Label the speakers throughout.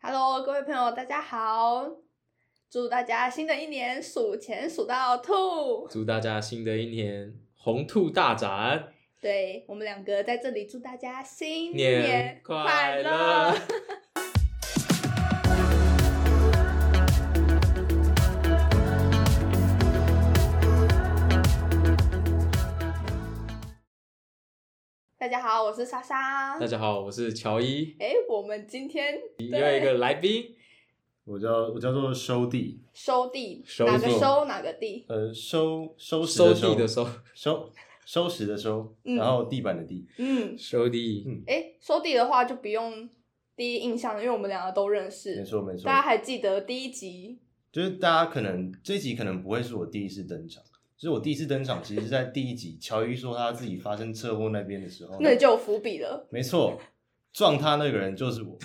Speaker 1: Hello，各位朋友，大家好！祝大家新的一年数钱数到吐。
Speaker 2: 祝大家新的一年红兔大展，
Speaker 1: 对我们两个在这里祝大家新
Speaker 2: 年
Speaker 1: 快
Speaker 2: 快乐！
Speaker 1: 大家好，我是莎莎。
Speaker 2: 大家好，我是乔伊，
Speaker 1: 哎，我们今天
Speaker 2: 又有一个来宾，
Speaker 3: 我叫我叫做收地，
Speaker 1: 收地，
Speaker 2: 收
Speaker 1: 哪个
Speaker 2: 地
Speaker 1: 收哪个地？
Speaker 3: 呃，收收拾
Speaker 2: 收
Speaker 3: 收
Speaker 2: 地的收，
Speaker 3: 收收拾的收，
Speaker 1: 嗯
Speaker 3: 然后地板的地，
Speaker 1: 嗯，
Speaker 2: 收地，
Speaker 3: 嗯
Speaker 1: 哎，收地的话就不用第一印象了，因为我们两个都认识。
Speaker 3: 没错没错
Speaker 1: 大，家还记得第一集？
Speaker 3: 就是大家可能这集可能不会是我第一次登场，就是我第一次登场其实是在第一集乔伊说他自己发生车祸哦那边的时候，
Speaker 1: 那里就有伏笔了，
Speaker 3: 没错，撞他那个人就是我，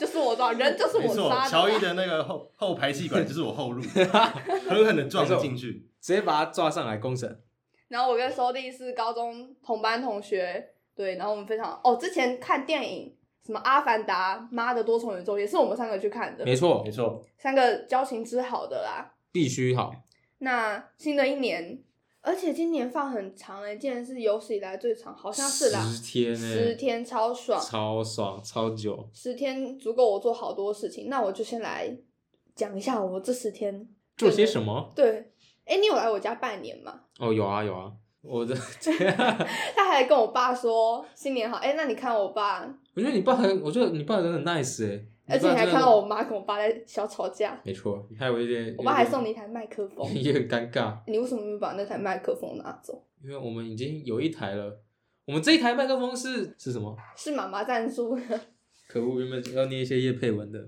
Speaker 1: 就是我撞人，就是
Speaker 3: 嗯没
Speaker 1: 我
Speaker 3: 错
Speaker 1: 杀，的。
Speaker 3: 乔伊的那个后后排气管就是我后 路，狠狠的撞了进去，
Speaker 2: 直接把他抓上来公审。
Speaker 1: 然后我跟收弟是高中同班同学，对，然后我们非常哦，之前看电影什么《阿凡达》《妈的多重宇宙》也是我们三个去看的，
Speaker 2: 没错
Speaker 3: 没，错，
Speaker 1: 三个交情之好的啦。
Speaker 2: 必须好，
Speaker 1: 那新的一年，而且今年放很长诶、竟然是有史以来最长，好像是啦，
Speaker 2: 十天呢，
Speaker 1: 十天超爽，
Speaker 2: 超爽，超久，
Speaker 1: 十天足够我做好多事情。那我就先来讲一下我这十天
Speaker 2: 做些什么？
Speaker 1: 对，哎、你有来我家拜年吗？
Speaker 2: 哦，有啊有啊，我的，
Speaker 1: 他还跟我爸说新年好，哎、那你看我爸，
Speaker 2: 我觉得你爸很，我觉得你爸真的很 nice 哎，
Speaker 1: 而且
Speaker 2: 你
Speaker 1: 你
Speaker 2: 爸
Speaker 1: 还
Speaker 2: 真的
Speaker 1: 看到我，妈跟我爸在小吵架，
Speaker 2: 没错，你害我有点，
Speaker 1: 我爸还
Speaker 2: 有点，
Speaker 1: 送你一台麦克风
Speaker 2: 有点尴尬，
Speaker 1: 你为什么没有把那台麦克风拿走？
Speaker 2: 因为我们已经有一台了，我们这一台麦克风是是什么？
Speaker 1: 是妈妈赞助的
Speaker 2: 可恶，原本要念一些叶佩文的。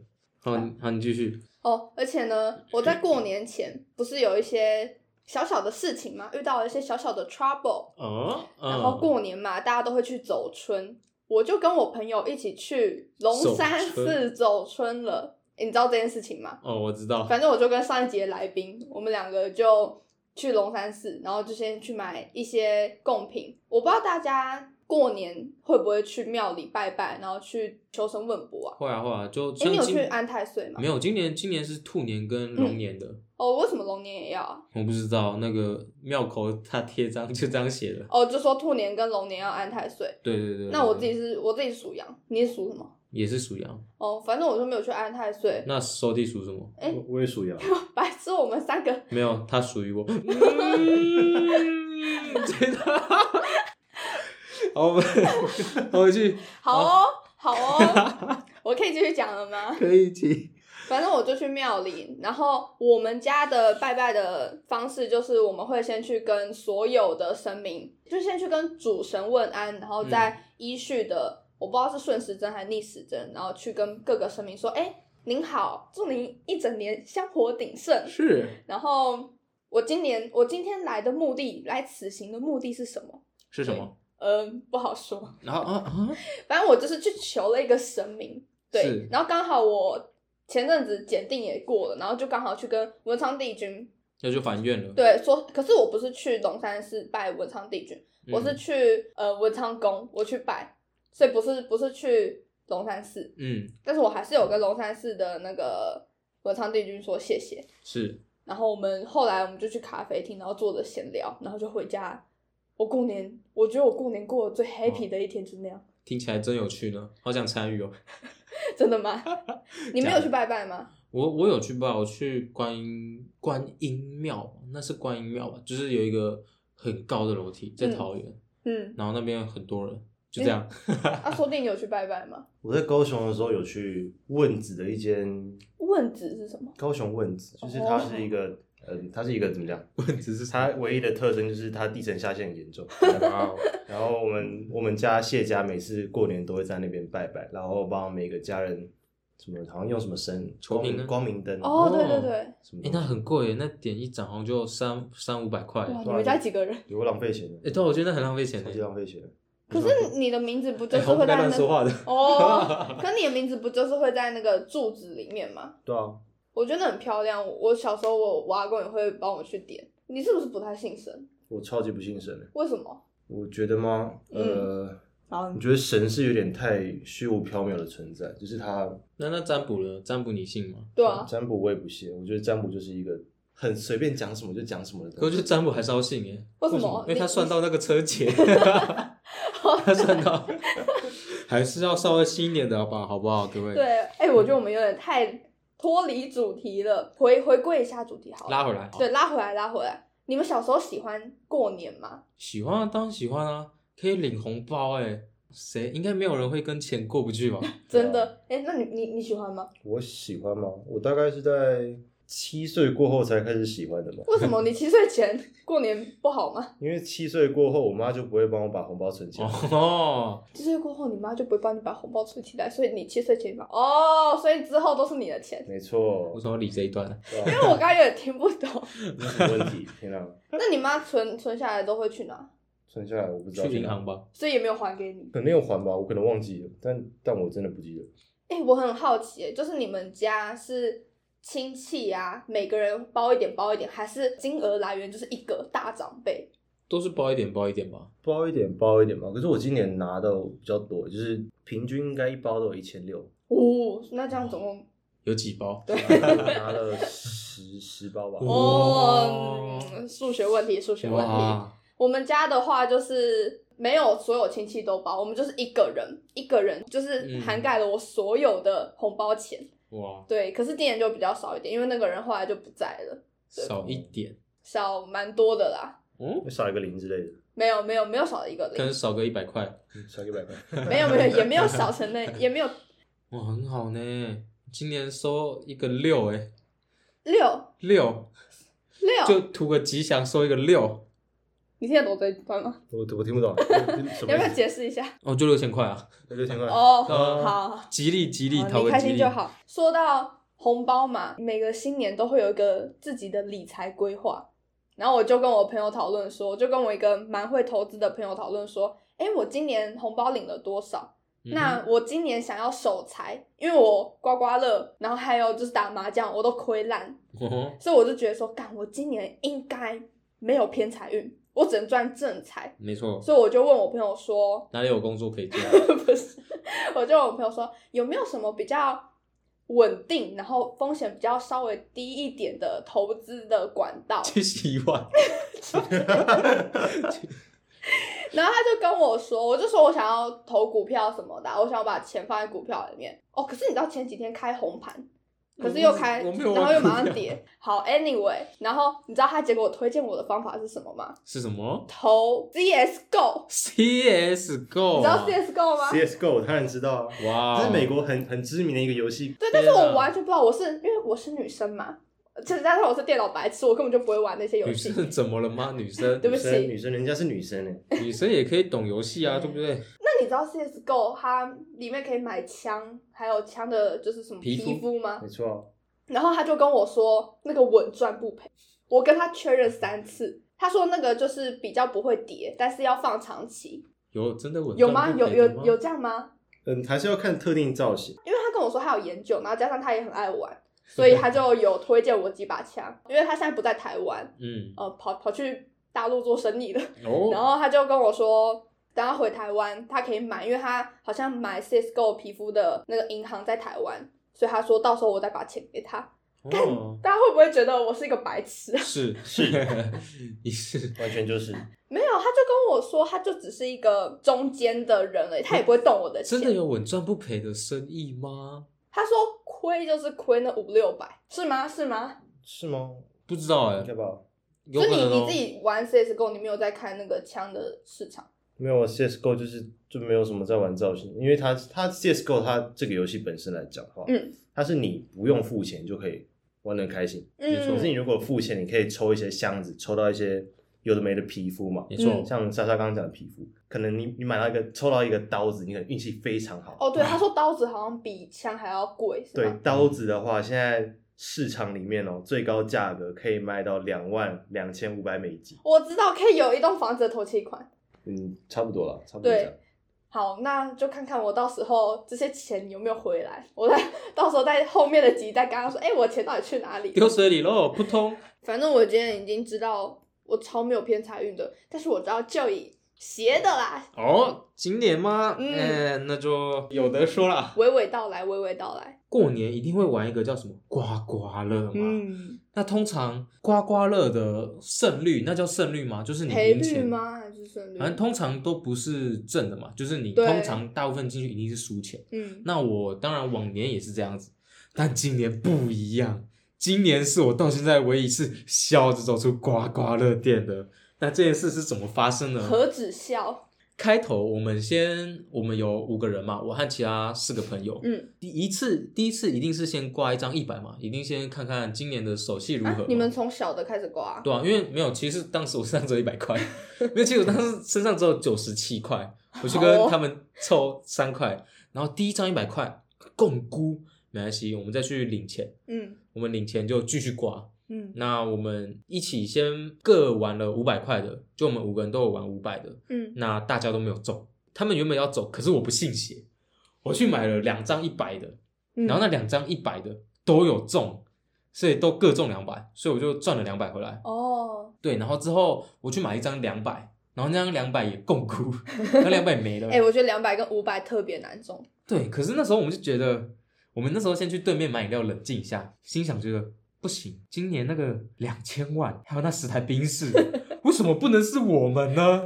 Speaker 2: 好，你好，你继续。
Speaker 1: 哦。而且呢，我在过年前不是有一些小小的事情嘛，遇到了一些小小的 trouble，
Speaker 2: 哦，嗯
Speaker 1: 然后啊过年嘛，大家都会去走春，我就跟我朋友一起去龙山
Speaker 2: 走
Speaker 1: 寺
Speaker 2: 春
Speaker 1: 走春了。诶你知道这件事情吗？
Speaker 2: 哦，我知道。
Speaker 1: 反正我就跟上一集的来宾，我们两个就去龙山寺，然后就先去买一些贡品。我不知道大家过年会不会去庙里拜拜，然后去求神问卜啊？
Speaker 2: 会啊会啊，就
Speaker 1: 哎、
Speaker 2: 像
Speaker 1: 你有
Speaker 2: 今
Speaker 1: 去安太岁吗嗯
Speaker 2: 没？有，今年今年是兔年跟龙年的，
Speaker 1: 哦，为什么龙年也要啊？
Speaker 2: 我不知道那个庙口他贴章就这样写的。
Speaker 1: 哦，就说兔年跟龙年要安太岁。
Speaker 2: 对对对对
Speaker 1: 那我自
Speaker 2: 对
Speaker 1: 己是我自己属羊，你是属什么？
Speaker 2: 也是属羊，
Speaker 1: 哦，反正我就没有去安太岁。
Speaker 2: 那收地属什么？
Speaker 1: 哎
Speaker 3: 我我 也属羊，啊
Speaker 1: 白痴，我们三个，
Speaker 2: 没有，它属 于我。嗯，真的。 好，我们 我们去
Speaker 1: 好哦，好 哦，我可以继续讲了吗？
Speaker 2: 可以请。
Speaker 1: 反正我就去庙里，然后我们家的拜拜的方式就是我们会先去跟所有的神明，就先去跟主神问安，然后再依序的，我不知道是顺时针还是逆时针，然后去跟各个神明说：“哎、您好，祝您一整年香火鼎盛。
Speaker 2: 是”
Speaker 1: 然后我今年我今天来的目的，来此行的目的是什么？
Speaker 2: 是什么？
Speaker 1: 嗯、不好说。
Speaker 2: 然后啊啊，
Speaker 1: 反正我就是去求了一个神明，对
Speaker 2: 是，
Speaker 1: 然后刚好我前阵子检定也过了，然后就刚好去跟文昌帝君，
Speaker 2: 要去还愿了。
Speaker 1: 对，说，可是我不是去龙山寺拜文昌帝君，
Speaker 2: 嗯，
Speaker 1: 我是去呃文昌宫，我去拜，所以不是不是去龙山寺，
Speaker 2: 嗯
Speaker 1: 但是我还是有跟龙山寺的那个文昌帝君说谢谢。
Speaker 2: 是
Speaker 1: 然后我们后来我们就去咖啡厅，然后坐着闲聊，然后就回家。我过年，我觉得我过年过得最 happy
Speaker 2: 嗯
Speaker 1: 的一天就是那样。
Speaker 2: 听起来真有趣呢，好想参与哦。
Speaker 1: 真的 吗？你没有
Speaker 2: 假的
Speaker 1: 去拜拜吗？
Speaker 2: 我我有去吧，我去观音观音庙，那是观音庙吧，就是有一个很高的楼梯在
Speaker 1: 嗯
Speaker 2: 桃园，
Speaker 1: 嗯，
Speaker 2: 然后那边很多人，就这样。
Speaker 1: 啊，说不定你有去拜拜吗？
Speaker 3: 我在高雄的时候有去问子的一间
Speaker 1: 问子是什么？
Speaker 3: 高雄问子，就是
Speaker 1: 哦
Speaker 3: 它是一个，嗯、它是一个怎么讲？
Speaker 2: 问只是
Speaker 3: 它唯一的特征就是它地层下陷很 严重。
Speaker 2: 哇 哦，
Speaker 3: 然后我们我们家谢家每次过年都会在那边拜拜，然后帮每个家人什么，好像用什么神
Speaker 2: 求
Speaker 3: 光
Speaker 2: 平
Speaker 3: 明
Speaker 2: 安
Speaker 3: 光明灯
Speaker 1: 哦，
Speaker 2: 哦
Speaker 1: 对对对，
Speaker 3: 什么
Speaker 2: 哎、
Speaker 3: 东西
Speaker 2: 那很贵耶，那点一张好像就三三五百块耶。
Speaker 1: 哇，
Speaker 2: 哎、
Speaker 1: 你们家几个人？
Speaker 3: 有浪费钱的，
Speaker 2: 对，啊我觉得那很浪费钱
Speaker 3: 超
Speaker 2: 的
Speaker 3: 级。浪费钱的。
Speaker 1: 可是你的名字不就是
Speaker 2: 好
Speaker 1: 会
Speaker 2: 不
Speaker 1: 在
Speaker 2: 该
Speaker 1: 那
Speaker 2: 乱说话的。
Speaker 1: 哦？可你的名字不就是会在那个柱子里面吗？
Speaker 3: 对啊，
Speaker 1: 我觉得很漂亮。我我小时候我我阿公也会帮我去点。你是不是不太信神？
Speaker 3: 我超级不信神的，
Speaker 1: 为什么？
Speaker 3: 我觉得吗？
Speaker 1: 嗯
Speaker 3: 呃，
Speaker 1: 然后
Speaker 3: 我觉得神是有点太虚无缥缈的存在，就是他
Speaker 2: 那那占卜呢？占卜你信吗？
Speaker 1: 对啊，
Speaker 3: 占卜我也不信，我觉得占卜就是一个很随便讲什么就讲什么的
Speaker 2: 可我
Speaker 3: 东
Speaker 2: 觉
Speaker 3: 西
Speaker 2: 得。占卜还是要信耶，
Speaker 1: 为什
Speaker 2: 为什
Speaker 1: 么
Speaker 2: 么？？因为他算
Speaker 1: 到
Speaker 2: 到那个 车钱， 他算到，还是要稍微新一点的好不好？好不好，各位？
Speaker 1: 对，，哎、我觉得我们有点太脱离主题了，回回归一下主题好了。
Speaker 2: 拉回来。
Speaker 1: 对，拉回来，拉回来。你们小时候喜欢过年吗？
Speaker 2: 喜欢啊，当然喜欢啊，可以领红包哎、谁应该没有人会跟钱过不 去吧？
Speaker 1: 真的？哎、那你你你喜欢吗？
Speaker 3: 我喜欢吗？我大概是在七岁过后才开始喜欢的嘛，
Speaker 1: 为什么你七岁 前过年不好吗？
Speaker 3: 因为七岁过后，我妈就不会帮我把红包存起来。
Speaker 2: 哦，
Speaker 1: 七岁过后，你妈就不会帮你把红包存起来，所以你七岁前把哦，所以之后都是你的钱。
Speaker 3: 没错
Speaker 2: 我，怎么理这一段？
Speaker 3: 对
Speaker 1: 因
Speaker 3: 吧
Speaker 1: 为我刚刚有点听不懂。
Speaker 3: 没什么问题，天啊，
Speaker 1: 那你妈存存下来都会去哪？
Speaker 3: 存下来我不知道
Speaker 2: 去
Speaker 3: 去
Speaker 2: 银
Speaker 3: 哪
Speaker 2: 行，吧。
Speaker 1: 所以也没有还给你。
Speaker 3: 可能有还吧，我可能忘记了，但但我真的不记得。
Speaker 1: 哎、我很好奇耶，就是你们家是亲戚啊，每个人包一点包一点，还是金额来源就是一个大长辈？
Speaker 2: 都是包一点包一点吧。
Speaker 3: 包一点，包一点吧。可是我今年拿的比较多，就是平均应该一包都有一千六，
Speaker 1: 哦，那这样总共
Speaker 2: 有几包？
Speaker 1: 对
Speaker 3: 拿了十十包吧。
Speaker 2: 哇
Speaker 1: 哦，嗯数学问题，数学问题。
Speaker 2: 哇，
Speaker 1: 我们家的话就是没有所有亲戚都包，我们就是一个人，一个人就是
Speaker 2: 嗯
Speaker 1: 涵盖了我所有的红包钱。
Speaker 2: 哇，
Speaker 1: 对，可是今年就比较少一点，因为那个人后来就不在了，
Speaker 2: 少一点，
Speaker 1: 少蛮多的啦。
Speaker 2: 嗯，
Speaker 3: 少一个零之类的，
Speaker 1: 没有没有没有少一个
Speaker 2: 可能
Speaker 1: 零，
Speaker 2: 少个一百块，
Speaker 3: 少一百
Speaker 2: 哦
Speaker 3: 块。
Speaker 1: 没有没有也没有少成那，也没有
Speaker 2: 哇，很好呢。今年收一个六哎、
Speaker 1: 六
Speaker 2: 六就
Speaker 1: 六。
Speaker 2: 图个吉祥，收一个六，
Speaker 1: 你听得懂这一段吗？
Speaker 3: 我我听 不懂，啊什
Speaker 1: 要不
Speaker 3: 么
Speaker 1: 要
Speaker 3: 意思？
Speaker 1: 解释一下？
Speaker 2: 哦，就六千块啊，
Speaker 3: 六千块。
Speaker 1: 哦，
Speaker 2: 嗯
Speaker 1: 好。
Speaker 2: 吉利吉利，
Speaker 1: 好
Speaker 2: 讨
Speaker 1: 啊哦你
Speaker 2: 个
Speaker 1: 开
Speaker 2: 吉
Speaker 1: 心
Speaker 2: 利
Speaker 1: 就。好。说到红包嘛，每个新年都会有一个自己的理财规划。然后我就跟我朋友讨论说，我就跟我一个蛮会投资的朋友讨论说，哎，我今年红包领了多少？
Speaker 2: 嗯哼
Speaker 1: 那我今年想要守财，因为我刮刮乐，然后还有就是打麻将，我都亏烂，
Speaker 2: 哦
Speaker 1: 所以我就觉得说，干，我今年应该没有偏财运，我只能赚正财。
Speaker 2: 没错，
Speaker 1: 所以我就问我朋友说，
Speaker 2: 哪里有工作可以做？
Speaker 1: 不是，我就问我朋友说，有没有什么比较稳定，然后风险比较稍微低一点的投资的管 道？
Speaker 2: 七十一万，
Speaker 1: 然后他就跟我说，我就说我想要投股票什么的，啊我想要把钱放在股票里面。哦，可是你知道前几天开红盘，可是又开，
Speaker 2: 我没有
Speaker 1: 然后又马
Speaker 2: 玩股
Speaker 1: 上
Speaker 2: 票
Speaker 1: 跌。好，anyway，然后你知道他结果推荐我的方法是什么吗？
Speaker 2: 是什么
Speaker 1: 投 CSGO，
Speaker 2: ？CSGO，
Speaker 1: 你知道 CSGO 吗？
Speaker 3: CS:GO 当然知道啊，
Speaker 2: 啊哇哦，
Speaker 3: 这是美国很很知名的一个游戏。
Speaker 1: 对，但是
Speaker 2: 天啊
Speaker 1: 我完全不知道，我是因为我是女生嘛，其实加上我是电脑白痴，我根本就不会玩那些游
Speaker 2: 女
Speaker 1: 戏。
Speaker 2: 生怎么了吗？女生，
Speaker 1: 对不
Speaker 3: 女
Speaker 1: 起
Speaker 3: 生女生，人家是女生欸呢。
Speaker 2: 女生也可以懂游戏啊，对不对？
Speaker 1: 那你知道 CSGO 它里面可以买枪，还有枪的就是什么
Speaker 2: 皮
Speaker 1: 皮
Speaker 2: 肤
Speaker 1: 肤吗？
Speaker 3: 没错啊，
Speaker 1: 然后他就跟我说那个稳赚不赔，我跟他确认三次。他说那个就是比较不会跌，但是要放长期，
Speaker 2: 有真的稳
Speaker 1: 有
Speaker 2: 赚
Speaker 1: 吗？
Speaker 2: 不
Speaker 1: 有
Speaker 2: 赔
Speaker 1: 有
Speaker 2: 的吗
Speaker 1: 有这样吗？
Speaker 3: 嗯，还是要看特定造型。
Speaker 1: 因为他跟我说他有研究，然后加上他也很爱玩，所以他就有推荐我几把枪。因为他现在不在台湾，
Speaker 2: 嗯
Speaker 1: 呃，跑跑去大陆做生意了，
Speaker 2: 哦，
Speaker 1: 然后他就跟我说，等他回台湾，他可以买，因为他好像买 CSGO 皮肤的那个银行在台湾，所以他说到时候我再把钱给他。
Speaker 2: 哦
Speaker 1: 大家会不会觉得我是一个白痴？啊
Speaker 2: 是是， 你是
Speaker 3: 完全就是
Speaker 1: 没有，他就跟我说，他就只是一个中间的人而已，他也不会动我的钱。
Speaker 2: 真的有稳赚不赔的生意吗？
Speaker 1: 他说亏就是亏那五六百，是吗？是吗？
Speaker 3: 是吗？
Speaker 2: 不知道哎
Speaker 3: 应该，吧。
Speaker 2: 有
Speaker 1: 所以
Speaker 2: 可
Speaker 1: 你
Speaker 2: 能
Speaker 1: 你
Speaker 2: 哦
Speaker 1: 自。己玩 CSGO，你没有在看那个枪的市场？
Speaker 3: 没有啊，CS:GO 就是就没有什么在玩造型，因为它它 CS:GO 它这个游戏本身来讲的话，
Speaker 1: 嗯
Speaker 3: 它是你不用付钱就可以玩的开心。可是你
Speaker 1: 嗯，
Speaker 3: 如果付钱，你可以抽一些箱子，抽到一些有的没的皮肤嘛
Speaker 2: 没，错
Speaker 1: 嗯，
Speaker 3: 像莎莎刚刚讲的皮肤，可能你你买到一个抽到一个刀子，你可能运气非常好。
Speaker 1: 哦对，他说刀子好像比枪还要贵，是
Speaker 3: 对
Speaker 1: 吗？，
Speaker 3: 刀子的话，现在市场里面哦，最高价格可以卖到两万两千五百美金，
Speaker 1: 我知道可以有一栋房子的头期款。
Speaker 3: 嗯，差不多了，差不多
Speaker 1: 对
Speaker 3: 这样。
Speaker 1: 好，那就看看我到时候这些钱有没有回来。我在到时候在后面的集再跟他说，哎、我钱到底去哪里？
Speaker 2: 丢水里喽，扑通！
Speaker 1: 反正我今天已经知道我超没有偏财运的，但是我知道就以斜的啦，
Speaker 2: 哦，景点吗？
Speaker 1: 嗯
Speaker 2: 哎那就有得说了。
Speaker 1: 娓娓道来，娓娓道来。
Speaker 2: 过年一定会玩一个叫什么刮刮乐嘛？
Speaker 1: 嗯，
Speaker 2: 那通常刮刮乐的胜率，那叫胜率吗？就是你
Speaker 1: 赔
Speaker 2: 赢
Speaker 1: 率
Speaker 2: 钱？
Speaker 1: 吗？还是胜率？
Speaker 2: 反正通常都不是正的嘛，就是你
Speaker 1: 对
Speaker 2: 通常大部分进去一定是输钱。
Speaker 1: 嗯，
Speaker 2: 那我当然往年也是这样子，但今年不一样。今年是我到现在唯一一次笑着走出刮刮乐店的。那这件事是怎么发生的呢？
Speaker 1: 何止笑，
Speaker 2: 开头我们先，我们有五个人嘛，我和其他四个朋友。
Speaker 1: 嗯
Speaker 2: 第一次，第一次一定是先挂一张一百嘛，一定先看看今年的手气如何
Speaker 1: 啊
Speaker 2: 嘛、，
Speaker 1: 你们从小的开始刮，
Speaker 2: 对啊，因为没有，其实当时我身上只有一百 块，因为其实我当时身上只有九十七块，我去
Speaker 1: 好
Speaker 2: 跟
Speaker 1: 哦
Speaker 2: 他们凑三块，然后第一张一百块共估，没关系，我们再去领钱，
Speaker 1: 嗯
Speaker 2: 我们领钱就继续刮。
Speaker 1: 嗯
Speaker 2: 那我们一起先各玩了五百块的，就我们五个人都有玩五百的，
Speaker 1: 嗯，
Speaker 2: 那大家都没有中。他们原本要走，可是我不信邪，我去买了两张一百的，
Speaker 1: 嗯
Speaker 2: 然后那两张一百的都有中，所以都各中两百，所以我就赚了两百回来。
Speaker 1: 哦，
Speaker 2: 对，然后之后我去买一张两百，然后那张两百也共哭， 那两百没了。
Speaker 1: 哎、我觉得两百跟五百特别难中，
Speaker 2: 对，可是那时候我们就觉得，我们那时候先去对面买饮料冷静一下，心想觉得不行，今年那个两千万还有那十台宾士，为什么不能是我们呢？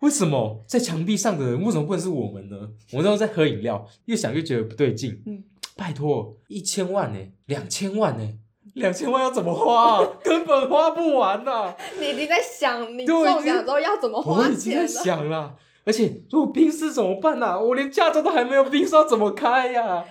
Speaker 2: 为什么在墙壁上的人为什么不能是我们呢？我那时候在喝饮料，越想越觉得不对劲。
Speaker 1: 嗯，
Speaker 2: 拜托，一千万呢、两千万呢、两千万要怎么花、啊？根本花不完呐、啊
Speaker 1: 你已经在想你
Speaker 2: 对我已
Speaker 1: 中
Speaker 2: 经
Speaker 1: 奖之后要怎么
Speaker 2: 我
Speaker 1: 花
Speaker 2: 已经
Speaker 1: 钱
Speaker 2: 在
Speaker 1: 了。
Speaker 2: 想啦，而且如果冰室怎么办呐、啊我连驾照都还没有，冰室要怎么开呀、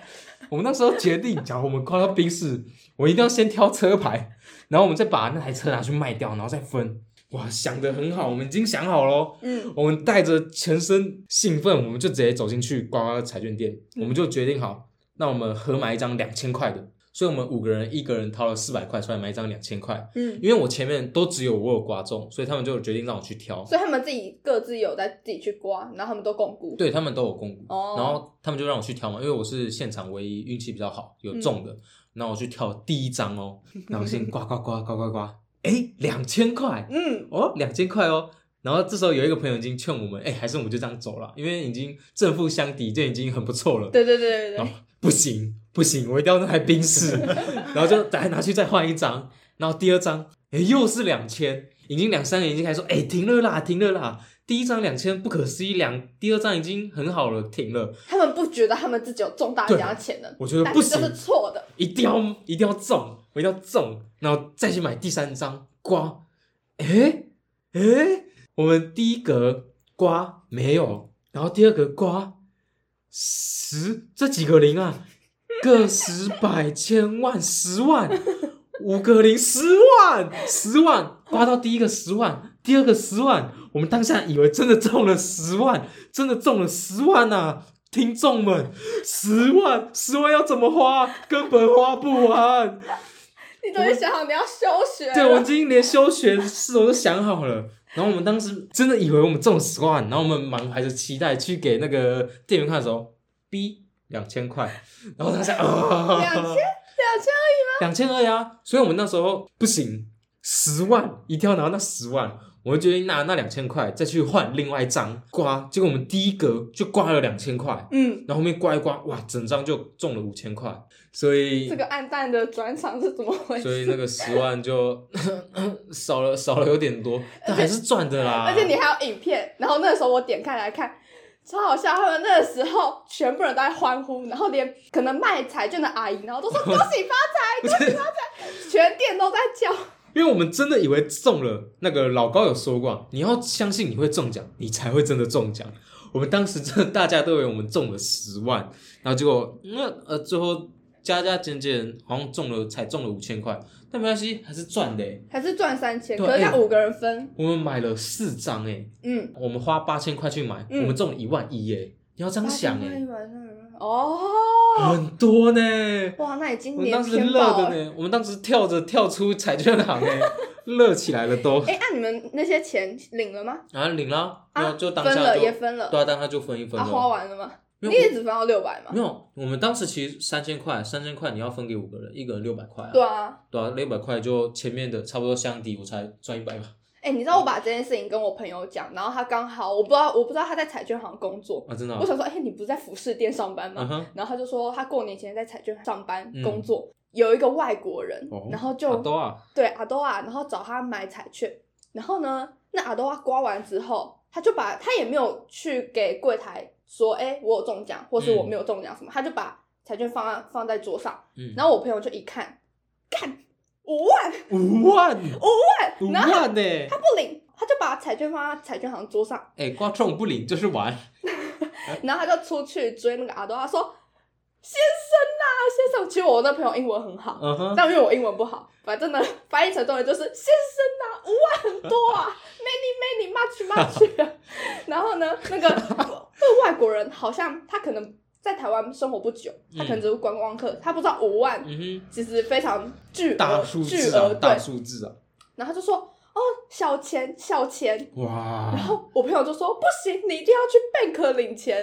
Speaker 2: 我们那时候决定，假如我们挂到冰室，我一定要先挑车牌，然后我们再把那台车拿去卖掉，然后再分。哇，想的很好，我们已经想好喽。
Speaker 1: 嗯
Speaker 2: 我们带着全身兴奋，我们就直接走进去刮刮乐彩券店，
Speaker 1: 嗯
Speaker 2: 我们就决定好，那我们合买一张两千块的。所以我们五个人，一个人掏了四百块出来买一张两千块，
Speaker 1: 嗯，
Speaker 2: 因为我前面都只有我有刮中，所以他们就决定让我去挑。
Speaker 1: 所以他们自己各自有在自己去刮，然后他们都共估。
Speaker 2: 对他们都有公股，
Speaker 1: 哦
Speaker 2: 然后他们就让我去挑嘛，因为我是现场唯一运气比较好有中的，那、我去挑第一张哦，然后先刮刮刮刮刮刮，哎，两千块
Speaker 1: 嗯，
Speaker 2: 哦，两千块哦。然后这时候有一个朋友已经劝我们，哎，还是我们就这样走了，因为已经正负相抵，这已经很不错了。
Speaker 1: 对对对对
Speaker 2: 然
Speaker 1: 对
Speaker 2: 后，不行不行，我一定要那台冰室，然后就再拿去再换一张，然后第二张，哎，又是两千，已经两三个人已经开始说，哎，停了啦，停了啦。第一张两千不可思议，两第二张已经很好了，停了。
Speaker 1: 他们不觉得他们自己有中大奖的潜能，
Speaker 2: 我觉得
Speaker 1: 但
Speaker 2: 不
Speaker 1: 是
Speaker 2: 行
Speaker 1: 这，是错的。
Speaker 2: 一定要一定要中，我一定要中，然后再去买第三张刮，诶诶，我们第一格刮没有，然后第二格刮十这几个零啊，个十百千万十万，五个零十万十万，刮到第一个十万，第二个十万，我们当下以为真的中了十万，真的中了十万啊！听众们，十万十万要怎么花？根本花 不完。
Speaker 1: 你等于想好你要休学了，
Speaker 2: 对，我已经连休学事我都想好了。然后我们当时真的以为我们中了十万，然后我们满怀着期待去给那个店员看的时候，B 两千块，然后他想啊，
Speaker 1: 两千 两千二，
Speaker 2: 两千二呀，所以我们那时候不行，十万一定要拿到那十万，我们决定拿那两千块再去换另外一张刮，结果我们第一格就刮了两千块，
Speaker 1: 嗯，
Speaker 2: 然后后面刮一刮，哇，整张就中了五千块，所以
Speaker 1: 这个暗淡的转场是怎么 回
Speaker 2: 所
Speaker 1: 事？
Speaker 2: 以那个十万就少了少了有点多，但还是赚的啦。
Speaker 1: 而且你还有影片，然后那个时候我点开来看。超好笑！他们那个时候全部人都在欢呼，然后连可能卖彩券的阿姨，然后都说恭喜发财，恭喜发财，全店都在叫。
Speaker 2: 因为我们真的以为中了，那个老高有说过啊，你要相信你会中奖，你才会真的中奖。我们当时真的大家都以为我们中了十万，然后结果那呃最后加加减减好像中了才中了五千块，但没关系，还是赚的欸、
Speaker 1: 还是赚三千，
Speaker 2: 对
Speaker 1: 可是
Speaker 2: 哎
Speaker 1: 要五个人分，
Speaker 2: 我们买了四张哎、
Speaker 1: 嗯，
Speaker 2: 我们花八千块去买，
Speaker 1: 嗯
Speaker 2: 我们中了一万一哎、你要这样想
Speaker 1: 八千块
Speaker 2: 哎、
Speaker 1: 一晚上有人哦，
Speaker 2: 很多呢、
Speaker 1: 哇，那你今
Speaker 2: 我们
Speaker 1: 年
Speaker 2: 当时
Speaker 1: 偏
Speaker 2: 乐
Speaker 1: 爆
Speaker 2: 的
Speaker 1: 哎！
Speaker 2: 呢，我们当时跳着跳出彩券行 哎、乐起来了都，
Speaker 1: 哎，那你们那些钱领了吗？
Speaker 2: 然后领了，然
Speaker 1: 啊，
Speaker 2: 后就当
Speaker 1: 分
Speaker 2: 下
Speaker 1: 了
Speaker 2: 就
Speaker 1: 也分了，
Speaker 2: 对啊，当下就分一分
Speaker 1: 啊，
Speaker 2: 了。
Speaker 1: 花完了吗？
Speaker 2: 没
Speaker 1: 你
Speaker 2: 有
Speaker 1: 也只分到六百吗
Speaker 2: 没？有，我们当时其实三千块，三千块你要分给五个人，一个人六百块啊。
Speaker 1: 对啊，
Speaker 2: 对啊，六百块就前面的差不多相抵，我才赚一百吧。
Speaker 1: 哎、你知道我把这件事情跟我朋友讲，然后他刚好我不知道我不知道他在彩券行工作，
Speaker 2: 啊，真的、
Speaker 1: 我
Speaker 2: 哦，
Speaker 1: 想说，哎、你不是在服饰店上班吗？
Speaker 2: 嗯哼，
Speaker 1: 然后他就说他过年前在彩券上班
Speaker 2: 嗯
Speaker 1: 工作，有一个外国人，
Speaker 2: 哦
Speaker 1: 然后就
Speaker 2: 啊都啊，
Speaker 1: 对阿多啊，然后找他买彩券，然后呢，那阿多啊刮完之后，他就把他也没有去给柜台说，哎、我有中奖，或是
Speaker 2: 嗯
Speaker 1: 我没有中奖什么，他就把彩券放在放在桌上，
Speaker 2: 嗯，
Speaker 1: 然后我朋友就一看，干五万
Speaker 2: 五万，
Speaker 1: 五
Speaker 2: 五
Speaker 1: 万，然后
Speaker 2: 万呢、欸
Speaker 1: 他，不领，他就把彩券放在彩券行桌上，
Speaker 2: 哎、刮中不领就是玩，
Speaker 1: 然后他就出去追那个阿多啊，说先生呐、先生，其实我那朋友英文很好，
Speaker 2: 嗯哼，
Speaker 1: 但因为我英文不好，反正呢，翻译成中文就是先生啊，五万很多啊，many many much much 啊。然后呢，那个那个外国人好像他可能在台湾生活不久，他可能只是观光客，他不知道五万
Speaker 2: 嗯哼，
Speaker 1: 其实非常巨
Speaker 2: 大
Speaker 1: 额
Speaker 2: 数
Speaker 1: 巨
Speaker 2: 字
Speaker 1: 额
Speaker 2: 啊，
Speaker 1: 对
Speaker 2: 大，数字啊，
Speaker 1: 然后他就说哦小钱小 钱。然
Speaker 2: 哇，
Speaker 1: 后我朋友就说：“不哦行，你一定要去 bank 领钱，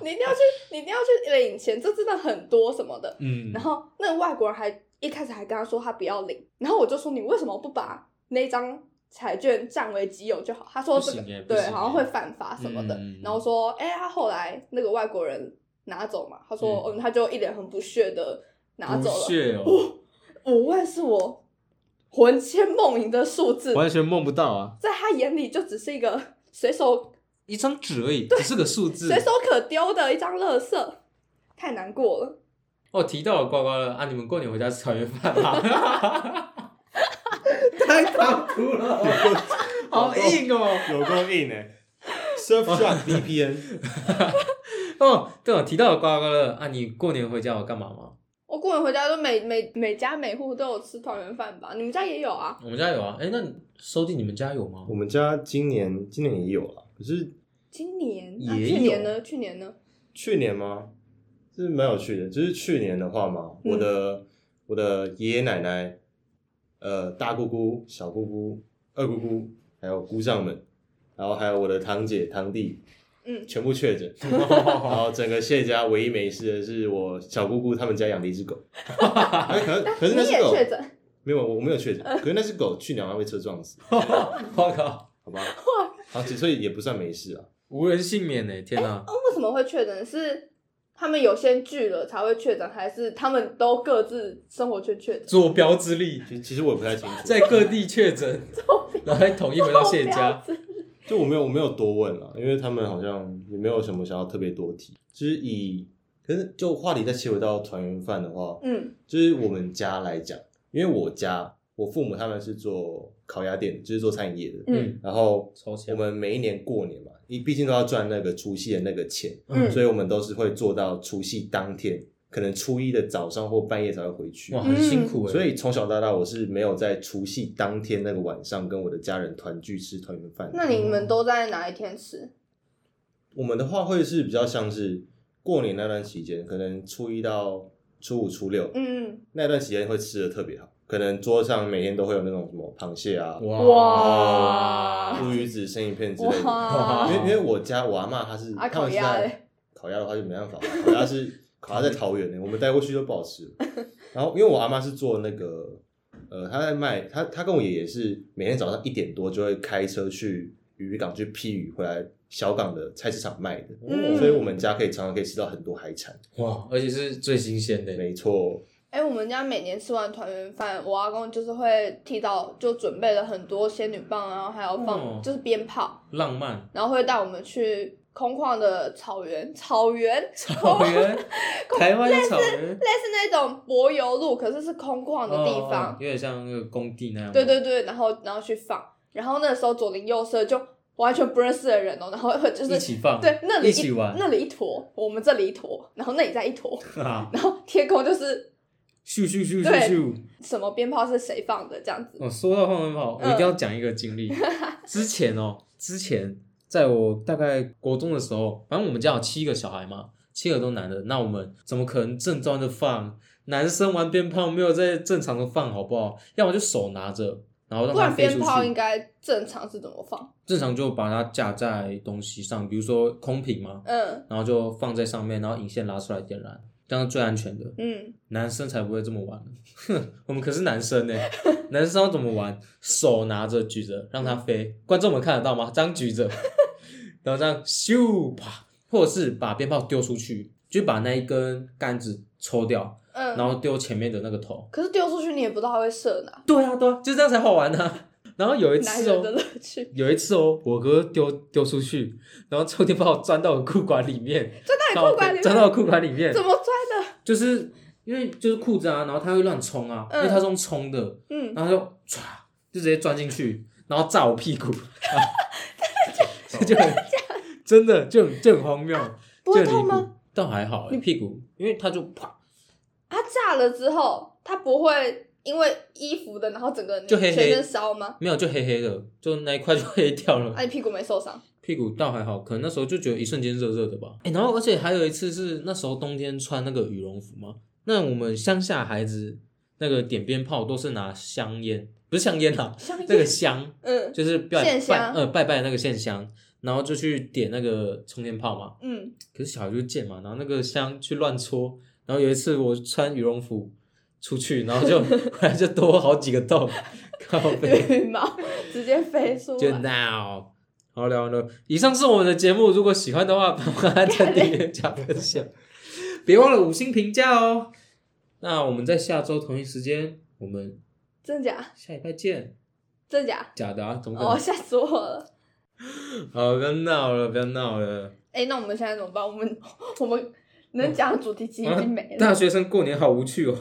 Speaker 1: 你一定要去，你一定要去领钱，这真的很多什么的。”
Speaker 2: 嗯，
Speaker 1: 然后那个外国人还一开始还跟他说他不要领，然后我就说你为什么不把那张彩券占为己有就好？他说
Speaker 2: 不
Speaker 1: 这
Speaker 2: 行
Speaker 1: 个
Speaker 2: 耶不
Speaker 1: 对
Speaker 2: 行
Speaker 1: 好像
Speaker 2: 耶
Speaker 1: 会犯法什么的，
Speaker 2: 嗯
Speaker 1: 然后说哎、他后来那个外国人拿走嘛，他说嗯他就一脸很不屑的拿
Speaker 2: 不
Speaker 1: 走了
Speaker 2: 屑哦，
Speaker 1: 五万是我魂牵梦萦的数字，
Speaker 2: 完全梦不到啊，
Speaker 1: 在他眼里就只是一个随手
Speaker 2: 一张纸而已，只是个数字
Speaker 1: 随。手可丢的一张垃圾，太难过了。
Speaker 2: 哦，提到了刮刮乐啊，你们过年回家吃团圆饭吗？
Speaker 3: 太唐突了，
Speaker 2: 好硬哦。
Speaker 3: 有够硬哎、Surfshark VPN，
Speaker 2: 哦，对哦，提到了刮刮乐啊，你过年回家有干嘛吗？
Speaker 1: 我过年回家都每每每家每户都有吃团圆饭吧？你们家也有啊？
Speaker 2: 我们家有啊。哎，那你收进你们家有吗
Speaker 3: 我？们家今年今年也有了，可是
Speaker 1: 今年啊，
Speaker 2: 也
Speaker 1: 去年
Speaker 2: 有
Speaker 1: 呢？去年呢？
Speaker 3: 去年吗？是蛮有趣的，就是去年的话嘛，
Speaker 1: 嗯
Speaker 3: 我的我的爷爷奶奶，呃，大姑姑、小姑姑、二姑姑，还有姑丈们，然后还有我的堂姐、堂弟，
Speaker 1: 嗯，
Speaker 3: 全部确 诊。然后整个谢家唯一没事的是我小姑姑他们家养了一只狗，哎可可是那
Speaker 1: 你
Speaker 3: 只
Speaker 1: 也
Speaker 3: 狗
Speaker 1: 确诊？
Speaker 3: 没有，我没有确诊，可是那只狗去年好像被车撞死，
Speaker 2: 我靠，
Speaker 3: 好 吧？好，所以也不算没事啊。
Speaker 2: 无人幸免呢！天哪，
Speaker 1: 为什么会确诊？是他们有先聚了才会确诊，还是他们都各自生活圈确诊？
Speaker 2: 坐标之力
Speaker 3: 其实其实我也不太清楚，
Speaker 2: 在各地确诊，然后再统一回到谢家。
Speaker 1: 这样子
Speaker 3: 就我没有我没有多问啊了，因为他们好像也没有什么想要特别多提，就是以可是就话题再切回到团圆饭的话，
Speaker 1: 嗯
Speaker 3: 就是我们家来讲，因为我家我父母他们是做烤鸭店，就是做餐饮业的，
Speaker 1: 嗯
Speaker 3: 然后
Speaker 2: 抽签
Speaker 3: 我们每一年过年嘛，你毕竟都要赚那个除夕的那个钱，
Speaker 1: 嗯
Speaker 3: 所以我们都是会做到除夕当天，可能初一的早上或半夜才会回去。
Speaker 2: 哇，很辛苦哎。
Speaker 3: 所以从小到大，我是没有在除夕当天那个晚上跟我的家人团聚吃团圆饭的。
Speaker 1: 那你们都在哪一天吃？
Speaker 3: 我们的话会是比较像是过年那段期间，可能初一到初五、初六、
Speaker 1: 嗯，
Speaker 3: 那段时间会吃的特别好，可能桌上每天都会有那种什么螃蟹啊、
Speaker 1: 哇
Speaker 3: 乌鱼子、生鱼片之类的。因
Speaker 1: 哇
Speaker 3: 为因为我家我阿妈她是
Speaker 1: 哦啊
Speaker 3: 他们是
Speaker 1: 烤鸭
Speaker 3: 在
Speaker 1: 嘞
Speaker 3: 烤鸭的话就没办法，烤 鸭是烤鸭在桃园的，我们带过去就不好吃了。然后因为我阿妈是做那个呃，她在卖，她她跟我爷爷是每天早上一点多就会开车去渔港去批鱼回来小港的菜市场卖的，
Speaker 1: 嗯
Speaker 3: 所以我们家可以常常可以吃到很多海产。
Speaker 2: 哇，而且是最新鲜的。
Speaker 3: 没错，
Speaker 1: 哎、我们家每年吃完团圆饭，我阿公就是会提早就准备了很多仙女棒，然后还有放、
Speaker 2: 哦
Speaker 1: 就是鞭炮，
Speaker 2: 浪漫
Speaker 1: 然后会带我们去空旷的草原，草原，
Speaker 2: 草 原，台湾的草原
Speaker 1: 类似那种柏油路，可是是空旷的地方。
Speaker 2: 哦有点像那个工地那样。
Speaker 1: 对， 对对，然后然后去放，然后那时候左邻右舍就完全不认识的人哦，然后会就
Speaker 2: 一
Speaker 1: 是
Speaker 2: 起放，
Speaker 1: 对那里
Speaker 2: 一起玩
Speaker 1: 那里一坨，我们这里一坨，然后那里再一坨，
Speaker 2: 啊，
Speaker 1: 然后天空就是
Speaker 2: 咻咻咻
Speaker 1: 对
Speaker 2: 咻咻。
Speaker 1: 什么鞭炮是谁放的这样子。
Speaker 2: 哦，说到放鞭炮，
Speaker 1: 嗯
Speaker 2: 我一定要讲一个 经历。之前哦，之前在我大概国中的时候，反正我们家有七个小孩嘛，七个都男的，那我们怎么可能正装的放？男生玩鞭炮没有在正常的放，好不好？要么就手拿着，然后让
Speaker 1: 不
Speaker 2: 它
Speaker 1: 然
Speaker 2: 飞出
Speaker 1: 鞭炮应
Speaker 2: 去。
Speaker 1: 该正常是怎么放？
Speaker 2: 正常就把它架在东西上，比如说空瓶嘛，
Speaker 1: 嗯，
Speaker 2: 然后就放在上面，然后引线拉出来点燃。这样最安全的。
Speaker 1: 嗯，
Speaker 2: 男生才不会这么玩， 我们可是男生呢、欸男生要怎么玩？手拿着举着，让它飞。观众们看得到吗？这样举着，然后这样咻啪，或者是把鞭炮丢出去，就把那一根杆子抽掉，
Speaker 1: 嗯，
Speaker 2: 然后丢前面的那个头。
Speaker 1: 可是丢出去你也不知道它会射哪，
Speaker 2: 对啊，对啊，就这样才好玩呢、啊。然后有一
Speaker 1: 男
Speaker 2: 次
Speaker 1: 人的
Speaker 2: 哦，
Speaker 1: 乐趣。
Speaker 2: 有一次哦，我哥丢丢出去，然后臭电炮钻到我裤管里面，
Speaker 1: 钻到你裤管里面，
Speaker 2: 钻到我裤管里面
Speaker 1: 怎，么钻的？
Speaker 2: 就是因为就是裤子啊，然后它会乱冲啊，
Speaker 1: 嗯
Speaker 2: 因为它是用冲的，
Speaker 1: 嗯，
Speaker 2: 然后就唰就直接钻进去，然后炸我屁 股，这就很真的就很就很荒谬，
Speaker 1: 不
Speaker 2: 就
Speaker 1: 会
Speaker 2: 很
Speaker 1: 痛
Speaker 2: 离
Speaker 1: 吗？嗯
Speaker 2: 谱。倒还好、你屁股，因为它就啪
Speaker 1: 它炸了之后，它不会因为衣服的，然后整个
Speaker 2: 就黑黑
Speaker 1: 全身烧吗？
Speaker 2: 没有就黑黑的，就那一块就黑掉了
Speaker 1: 啊，。你屁股没受伤？
Speaker 2: 屁股倒还好，可能那时候就觉得一瞬间热热的吧。哎、然后而且还有一次是那时候冬天穿那个羽绒服嘛，那我们乡下孩子那个点鞭炮都是拿香烟，不是香烟啦，
Speaker 1: 香
Speaker 2: 那个
Speaker 1: 烟？
Speaker 2: 香
Speaker 1: 嗯
Speaker 2: 就是拜
Speaker 1: 线
Speaker 2: 拜
Speaker 1: 香
Speaker 2: 呃拜拜的那个线香，然后就去点那个冲天炮嘛。
Speaker 1: 嗯，
Speaker 2: 可是小孩就贱嘛，然后那个香去乱戳，然后有一次我穿羽绒服出去，然后就回来就多好几个洞，靠背
Speaker 1: 羽毛直接飞出
Speaker 2: 就
Speaker 1: 来。
Speaker 2: now。好了好了，以上是我们的节目，如果喜欢的话，帮它在订阅加分享，别忘了五星评价哦。那我们在下周同一时间，我们
Speaker 1: 真假？
Speaker 2: 下礼拜见。
Speaker 1: 真假？
Speaker 2: 假的啊，怎么可能？
Speaker 1: 哦，吓死我了！
Speaker 2: 好，不要闹了，不要闹了。
Speaker 1: 哎，那我们现在怎么办？我们我们能讲的主题集已经没
Speaker 2: 嗯大
Speaker 1: 了，
Speaker 2: 学生过年好无趣哦。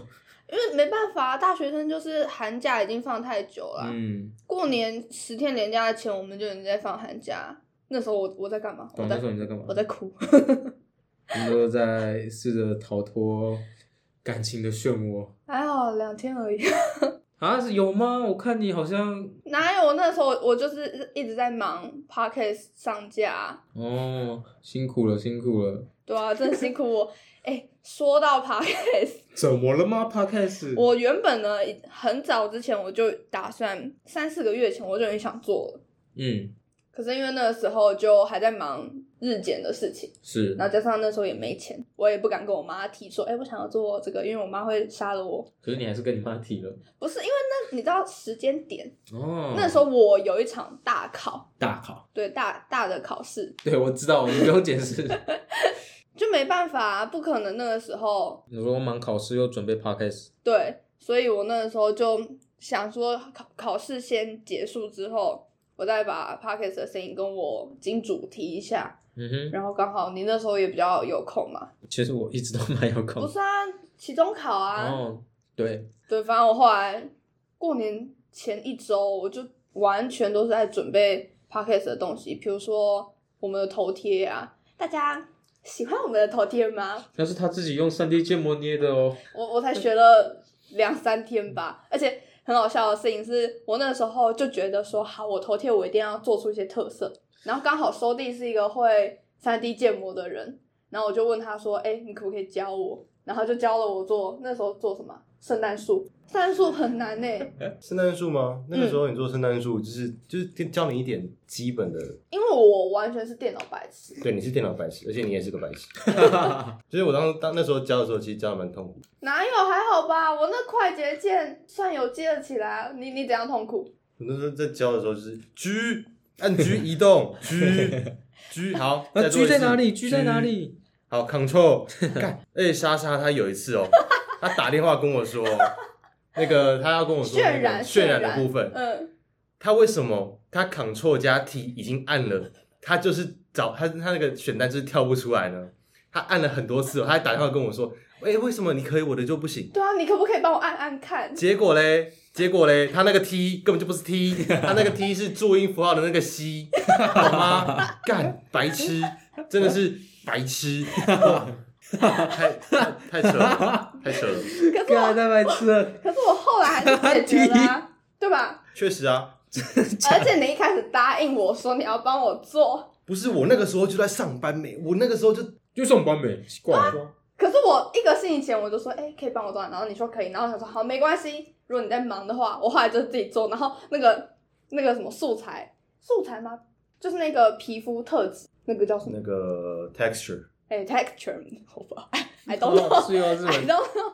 Speaker 1: 因为没办法，啊大学生就是寒假已经放太久了。
Speaker 2: 嗯，
Speaker 1: 过年十天连假前，我们就已经在放寒假。那时候我我在干嘛？我
Speaker 2: 广那
Speaker 1: 在
Speaker 2: 时候你在干嘛？
Speaker 1: 我在 哭。
Speaker 2: 我们都在试着逃脱感情的漩涡
Speaker 1: 还好两天而已。
Speaker 2: 啊？是有吗？我看你好像
Speaker 1: 哪有？那时候我就是一直在忙 podcast 上架，啊
Speaker 2: 哦，辛苦了，辛苦了。
Speaker 1: 对啊，真辛苦我。 哎、说到 podcast，
Speaker 2: 怎么了吗？Podcast，
Speaker 1: 我原本呢很早之前我就打算三四个月前我就已经想做了，
Speaker 2: 嗯
Speaker 1: 可是因为那个时候就还在忙日检的事情，
Speaker 2: 是
Speaker 1: 然，后加上那时候也没钱，我也不敢跟我妈提说，哎、我想要做这个，因为我妈会杀了我。
Speaker 2: 可是你还是跟你妈提了
Speaker 1: 不是因为那你知道时间点，
Speaker 2: 哦。
Speaker 1: 那时候我有一场大考，
Speaker 2: 大考，
Speaker 1: 对大大的考试，
Speaker 2: 对我知道，你不用 解释。
Speaker 1: 就没办法、啊，不可能那个时候
Speaker 2: 你说忙考试又准备 Podcast，
Speaker 1: 对，所以我那个时候就想说考考试先结束之后，我再把 podcast 的声音跟我金主提一下，
Speaker 2: 嗯
Speaker 1: 然后刚好你那时候也比较有空嘛，
Speaker 2: 哼，其实我一直都蛮有
Speaker 1: 不
Speaker 2: 空。
Speaker 1: 是啊，期中考啊，
Speaker 2: 哦，对，
Speaker 1: 对，反正我后来过年前一周，我就完全都是在准备 podcast 的东西，比如说我们的头贴啊，大家喜欢我们的头贴吗？
Speaker 2: 那是他自己用三 D 建模捏的 哦。
Speaker 1: 我我才学了两三天吧，而且很好笑的事情是我那时候就觉得说，好，我头贴我一定要做出一些特色。然后刚好收弟是一个会三 D 建模的人，然后我就问他说，哎、你可不可以教我？然后他就教了我做那时候做什么圣诞树，圣诞树很难呢、
Speaker 3: 圣诞树吗？那个时候你做圣诞树，就是就是教你一点基本的。
Speaker 1: 因为我完全是电脑白痴。
Speaker 3: 对，你是电脑白痴，而且你也是个白痴。所以我当当那时候教的时候，其实教的蛮痛苦。
Speaker 1: 哪有还好吧？我那快捷键算有接得起来，啊你你怎样痛苦？
Speaker 3: 我那时候在教的时候就是 G 按 G 移动 G G 好，
Speaker 2: 那
Speaker 3: 再做一
Speaker 2: G
Speaker 3: 次
Speaker 2: 在哪里？G 在哪？里？
Speaker 3: 好，Control。干， 而且莎莎她有一次哦，她打电话跟我说，那个她要跟我说那
Speaker 1: 渲
Speaker 3: 个
Speaker 1: 染
Speaker 3: 渲染的部分，
Speaker 1: 嗯，
Speaker 3: 她为什么她 Control 加 T 已经按了，她就是找她她那个选单就是跳不出来呢？她按了很多次哦，她还打电话跟我说，哎、为什么你可以我的就不行？
Speaker 1: 对啊，你可不可以帮我按按看？
Speaker 3: 结果嘞，结果嘞，他那个 T 根本就不是 T，他那个 T 是注音符号的那个 C，好吗？干白痴，真的是白痴，哇太太太扯了，太扯了。
Speaker 1: 可是我
Speaker 2: 干太白痴了！
Speaker 1: 可是我后来还是解决了、啊，对 吧？
Speaker 3: 确实啊，
Speaker 1: 而且你一开始答应我说你要帮我做，
Speaker 3: 不是我那个时候就在上班没，我那个时候就
Speaker 2: 就上班没？奇怪，
Speaker 1: 啊可是我一个星期前我就说，哎、可以帮我做啊，然后你说可以，然后我想说好，没关系，如果你在忙的话，我后来就自己做，然后那个那个什么素材，素材吗？就是那个皮肤特质，那个叫什么？
Speaker 3: 那个 texture，
Speaker 1: 哎、t e x t u r e 好吧， I don't know，
Speaker 2: 是 哦，日
Speaker 1: I don't
Speaker 2: 本
Speaker 1: know，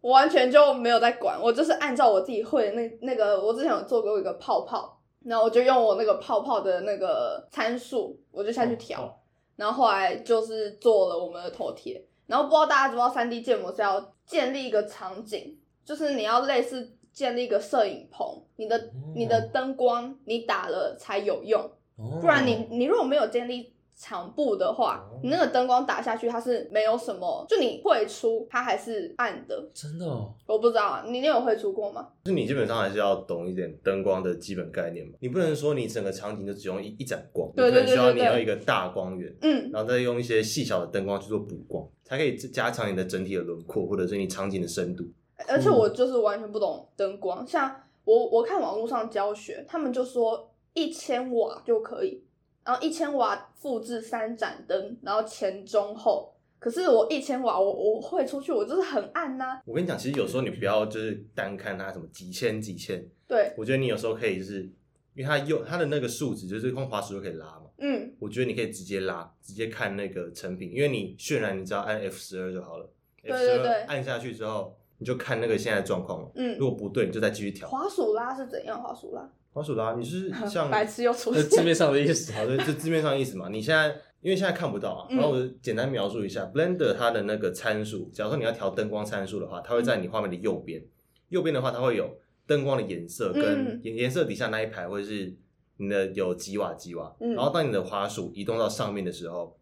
Speaker 1: 我完全就没有在管，我就是按照我自己会的那那个，我之前有做过一个泡泡，然后我就用我那个泡泡的那个参数，我就下去调，
Speaker 2: 哦
Speaker 1: 然后后来就是做了我们的头贴，然后不知道大家知不知道，三 D 建模是要建立一个场景，就是你要类似建立一个摄影棚，你的你的灯光你打了才有用，
Speaker 2: 哦
Speaker 1: 不然
Speaker 3: 嗯
Speaker 1: 你你如果没有建立场布的话
Speaker 2: 哦，
Speaker 1: 你那个灯光打下去它是没有什么，就你绘出它还是暗的。
Speaker 2: 真的哦，
Speaker 1: 我不知道啊，你你有绘出过吗？
Speaker 3: 就是你基本上还是要懂一点灯光的基本概念嘛，你不能说你整个场景就只用一一盏光，
Speaker 1: 对对
Speaker 3: 你可能需
Speaker 1: 对
Speaker 3: 要
Speaker 1: 对
Speaker 3: 你
Speaker 1: 对
Speaker 3: 要一个大光源，
Speaker 1: 嗯，
Speaker 3: 然后再用一些细小的灯光去做补光，才可以加强你的整体的轮廓，或者是你场景的深度。
Speaker 1: 而且
Speaker 3: 嗯
Speaker 1: 我就是完全不懂灯光，像我我看网络上教学，他们就说一千瓦就可以，然后一千瓦复制三盏灯，然后前中后。可是我一千瓦，我我绘出去，我就是很暗呐、
Speaker 3: 我跟你讲，其实有时候你不要就是单看它什么几千几千，
Speaker 1: 对，
Speaker 3: 我觉得你有时候可以就是，因为它右它的那个数值就是用滑鼠就可以拉嘛，
Speaker 1: 嗯，
Speaker 3: 我觉得你可以直接拉，直接看那个成品，因为你渲染你只要按 F 十二就好了
Speaker 1: 对
Speaker 3: ，F
Speaker 1: 对
Speaker 3: 十
Speaker 1: 对
Speaker 3: 二按下去之后，你就看那个现在的状况嘛，
Speaker 1: 嗯
Speaker 3: 如果不对你就再继续调。
Speaker 1: 滑鼠拉是怎样？滑鼠拉，
Speaker 3: 滑鼠拉，你是像 呃
Speaker 1: 白痴又出
Speaker 2: 那字
Speaker 1: 现。
Speaker 2: 面上的意 思
Speaker 3: 好的，这字面上的意思嘛。你现在因为现在看不到啊，
Speaker 1: 嗯
Speaker 3: 然后我简单描述一下、Blender 它的那个参数。假如说你要调灯光参数的话，它会在你画面的右边，右边的话它会有灯光的颜色跟
Speaker 1: 嗯
Speaker 3: 颜颜色底下那一排会是你的有几瓦几瓦，
Speaker 1: 嗯
Speaker 3: 然后当你的滑鼠移动到上面的时候。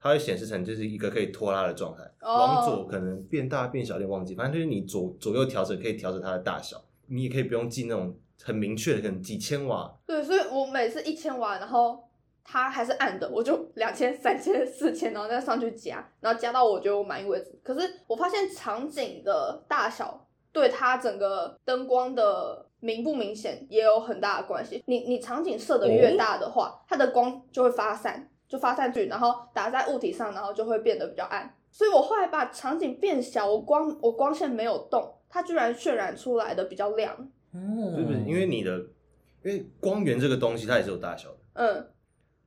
Speaker 3: 它会显示成就是一个可以拖拉的状态，
Speaker 1: 哦
Speaker 3: 往左可能变大变小，有点忘记，反正就是你左左右调整可以调整它的大小，你也可以不用记那种很明确的，可能几千瓦
Speaker 1: 对，所以我每次一千瓦，然后它还是暗的，我就两千、三千、 四千，然后再上去加，然后加到我觉得我满意为止。可是我发现场景的大小对它整个灯光的明不明显也有很大的关系。你你场景设的越大的话，它的光就会发散，就发散去，然后打在物体上，然后就会变得比较暗。所以我后来把场景变小，我光我光线没有动，它居然渲染出来的比较亮。
Speaker 2: 哦
Speaker 3: 对不对？因为你的，因为光源这个东西它也是有大小的，
Speaker 1: 嗯，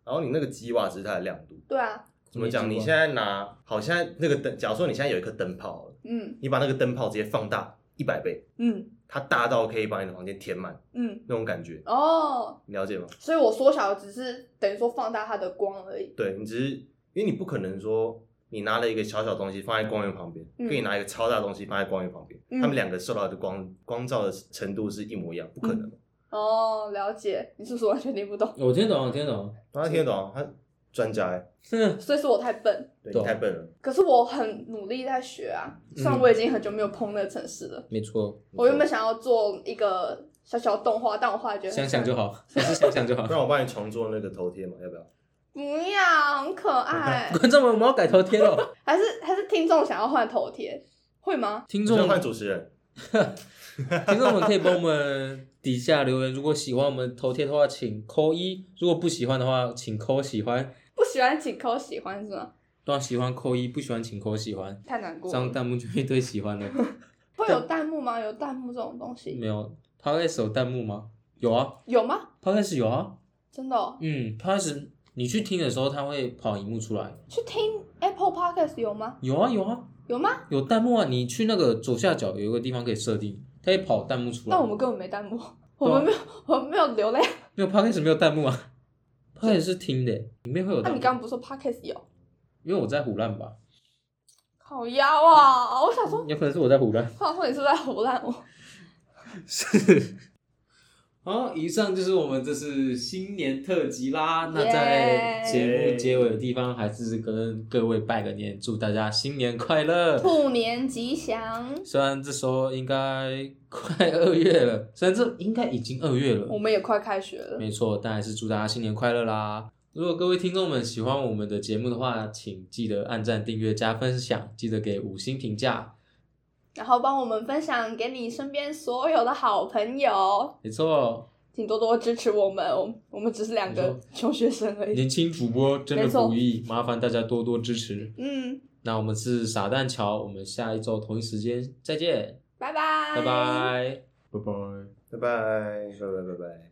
Speaker 3: 然后你那个几瓦只是它的亮度。
Speaker 1: 对啊，
Speaker 3: 怎么讲？
Speaker 2: 没
Speaker 3: 你
Speaker 2: 几瓦
Speaker 3: 现在拿好，现在那个灯，假如说你现在有一颗灯泡好了，
Speaker 1: 嗯
Speaker 3: 你把那个灯泡直接放大一百倍，
Speaker 1: 嗯。
Speaker 3: 它大到可以把你的房间填满
Speaker 1: 嗯，
Speaker 3: 那种感觉，
Speaker 1: 哦，
Speaker 3: 你了解吗？
Speaker 1: 所以我缩小只是等于说放大它的光而已。
Speaker 3: 对你只是因为你不可能说你拿了一个小小东西放在光源旁边，
Speaker 1: 嗯
Speaker 3: 跟你拿一个超大的东西放在光源旁边，
Speaker 1: 嗯
Speaker 3: 它们两个受到的光光照的程度是一模一样，不可能。
Speaker 1: 哦，了解，你是不是完全听不懂？
Speaker 2: 我听得懂，我听得懂，
Speaker 3: 大家听得懂啊？他专家、欸，
Speaker 2: 哼，
Speaker 1: 所以是我太笨，
Speaker 3: 对
Speaker 2: 懂
Speaker 3: 你太笨了。
Speaker 1: 可是我很努力在学啊。虽然
Speaker 2: 嗯
Speaker 1: 我已经很久没有碰那个城市了，
Speaker 2: 没错，
Speaker 1: 我原本想要做一个小小动画，但我后来觉得
Speaker 2: 想想就。好，还是想想就好
Speaker 3: 不。然我帮你重做那个头贴嘛，要不要？
Speaker 1: 不要，很可爱。
Speaker 2: 观众们，我们要改头贴 了，
Speaker 1: 还是还是听众想要换头贴，会吗？
Speaker 2: 听
Speaker 3: 你
Speaker 2: 众
Speaker 3: 就换
Speaker 2: 们，
Speaker 3: 主持人，
Speaker 2: 听众们可以帮我们底下留言，如果喜欢我们头贴的话，请扣一；如果不喜欢的话，请扣喜欢。
Speaker 1: 不喜欢请扣喜欢是吗？
Speaker 2: 对啊，喜欢扣一，不喜欢请扣喜欢。
Speaker 1: 太难过
Speaker 2: 这样
Speaker 1: 了。
Speaker 2: 弹幕就一堆喜欢的，
Speaker 1: 会有弹幕吗？有弹幕这种东西
Speaker 2: 没有 p o d 有弹幕吗？有啊
Speaker 1: 有吗？
Speaker 2: p o d 有啊，
Speaker 1: 真的、哦？
Speaker 2: 嗯 p o d 你去听的时候，它会跑荧幕出来。
Speaker 1: 去听 Apple Podcast 有吗？
Speaker 2: 有啊有啊，
Speaker 1: 有吗？
Speaker 2: 有弹幕啊！你去那个左下角有一个地方可以设定，它会跑弹幕出来。
Speaker 1: 但我们根本没弹幕，我们没有， 我们没有流泪。
Speaker 2: 没有 p o d c a s 没有弹幕啊 p o d c a s 是听的，里面会有
Speaker 1: 那、
Speaker 2: 弹
Speaker 1: 你
Speaker 2: 幕。
Speaker 1: 刚刚不是说 podcast 有？
Speaker 2: 因为我在胡乱吧，
Speaker 1: 好妖啊！我想说，
Speaker 2: 有可能是我在胡乱。
Speaker 1: 我想说你是不是在胡乱 我？
Speaker 2: 是。好，以上就是我们这次新年特辑啦。那在
Speaker 1: Yeah
Speaker 2: 节目结尾的地方，还是跟各位拜个年，祝大家新年快乐。
Speaker 1: 兔年吉祥，
Speaker 2: 虽然这时候应该快二月了，虽然这应该已经二月了，
Speaker 1: 我们也快开学了。
Speaker 2: 没错，但还是祝大家新年快乐啦！如果各位听众们喜欢我们的节目的话，请记得按赞、订阅、加分享，记得给五星评价。
Speaker 1: 然后帮我们分享给你身边所有的好朋友，
Speaker 2: 没错，
Speaker 1: 请多多支持我们。我们我们只是两
Speaker 2: 没
Speaker 1: 个穷学生而已。
Speaker 2: 年轻主播真的
Speaker 1: 哎没错
Speaker 2: 不易，麻烦大家多多支持。
Speaker 1: 嗯，
Speaker 2: 那我们是傻蛋乔，我们下一周同一时间再见，
Speaker 1: 拜拜，
Speaker 2: 拜拜，拜拜。
Speaker 3: 拜拜，拜拜拜拜。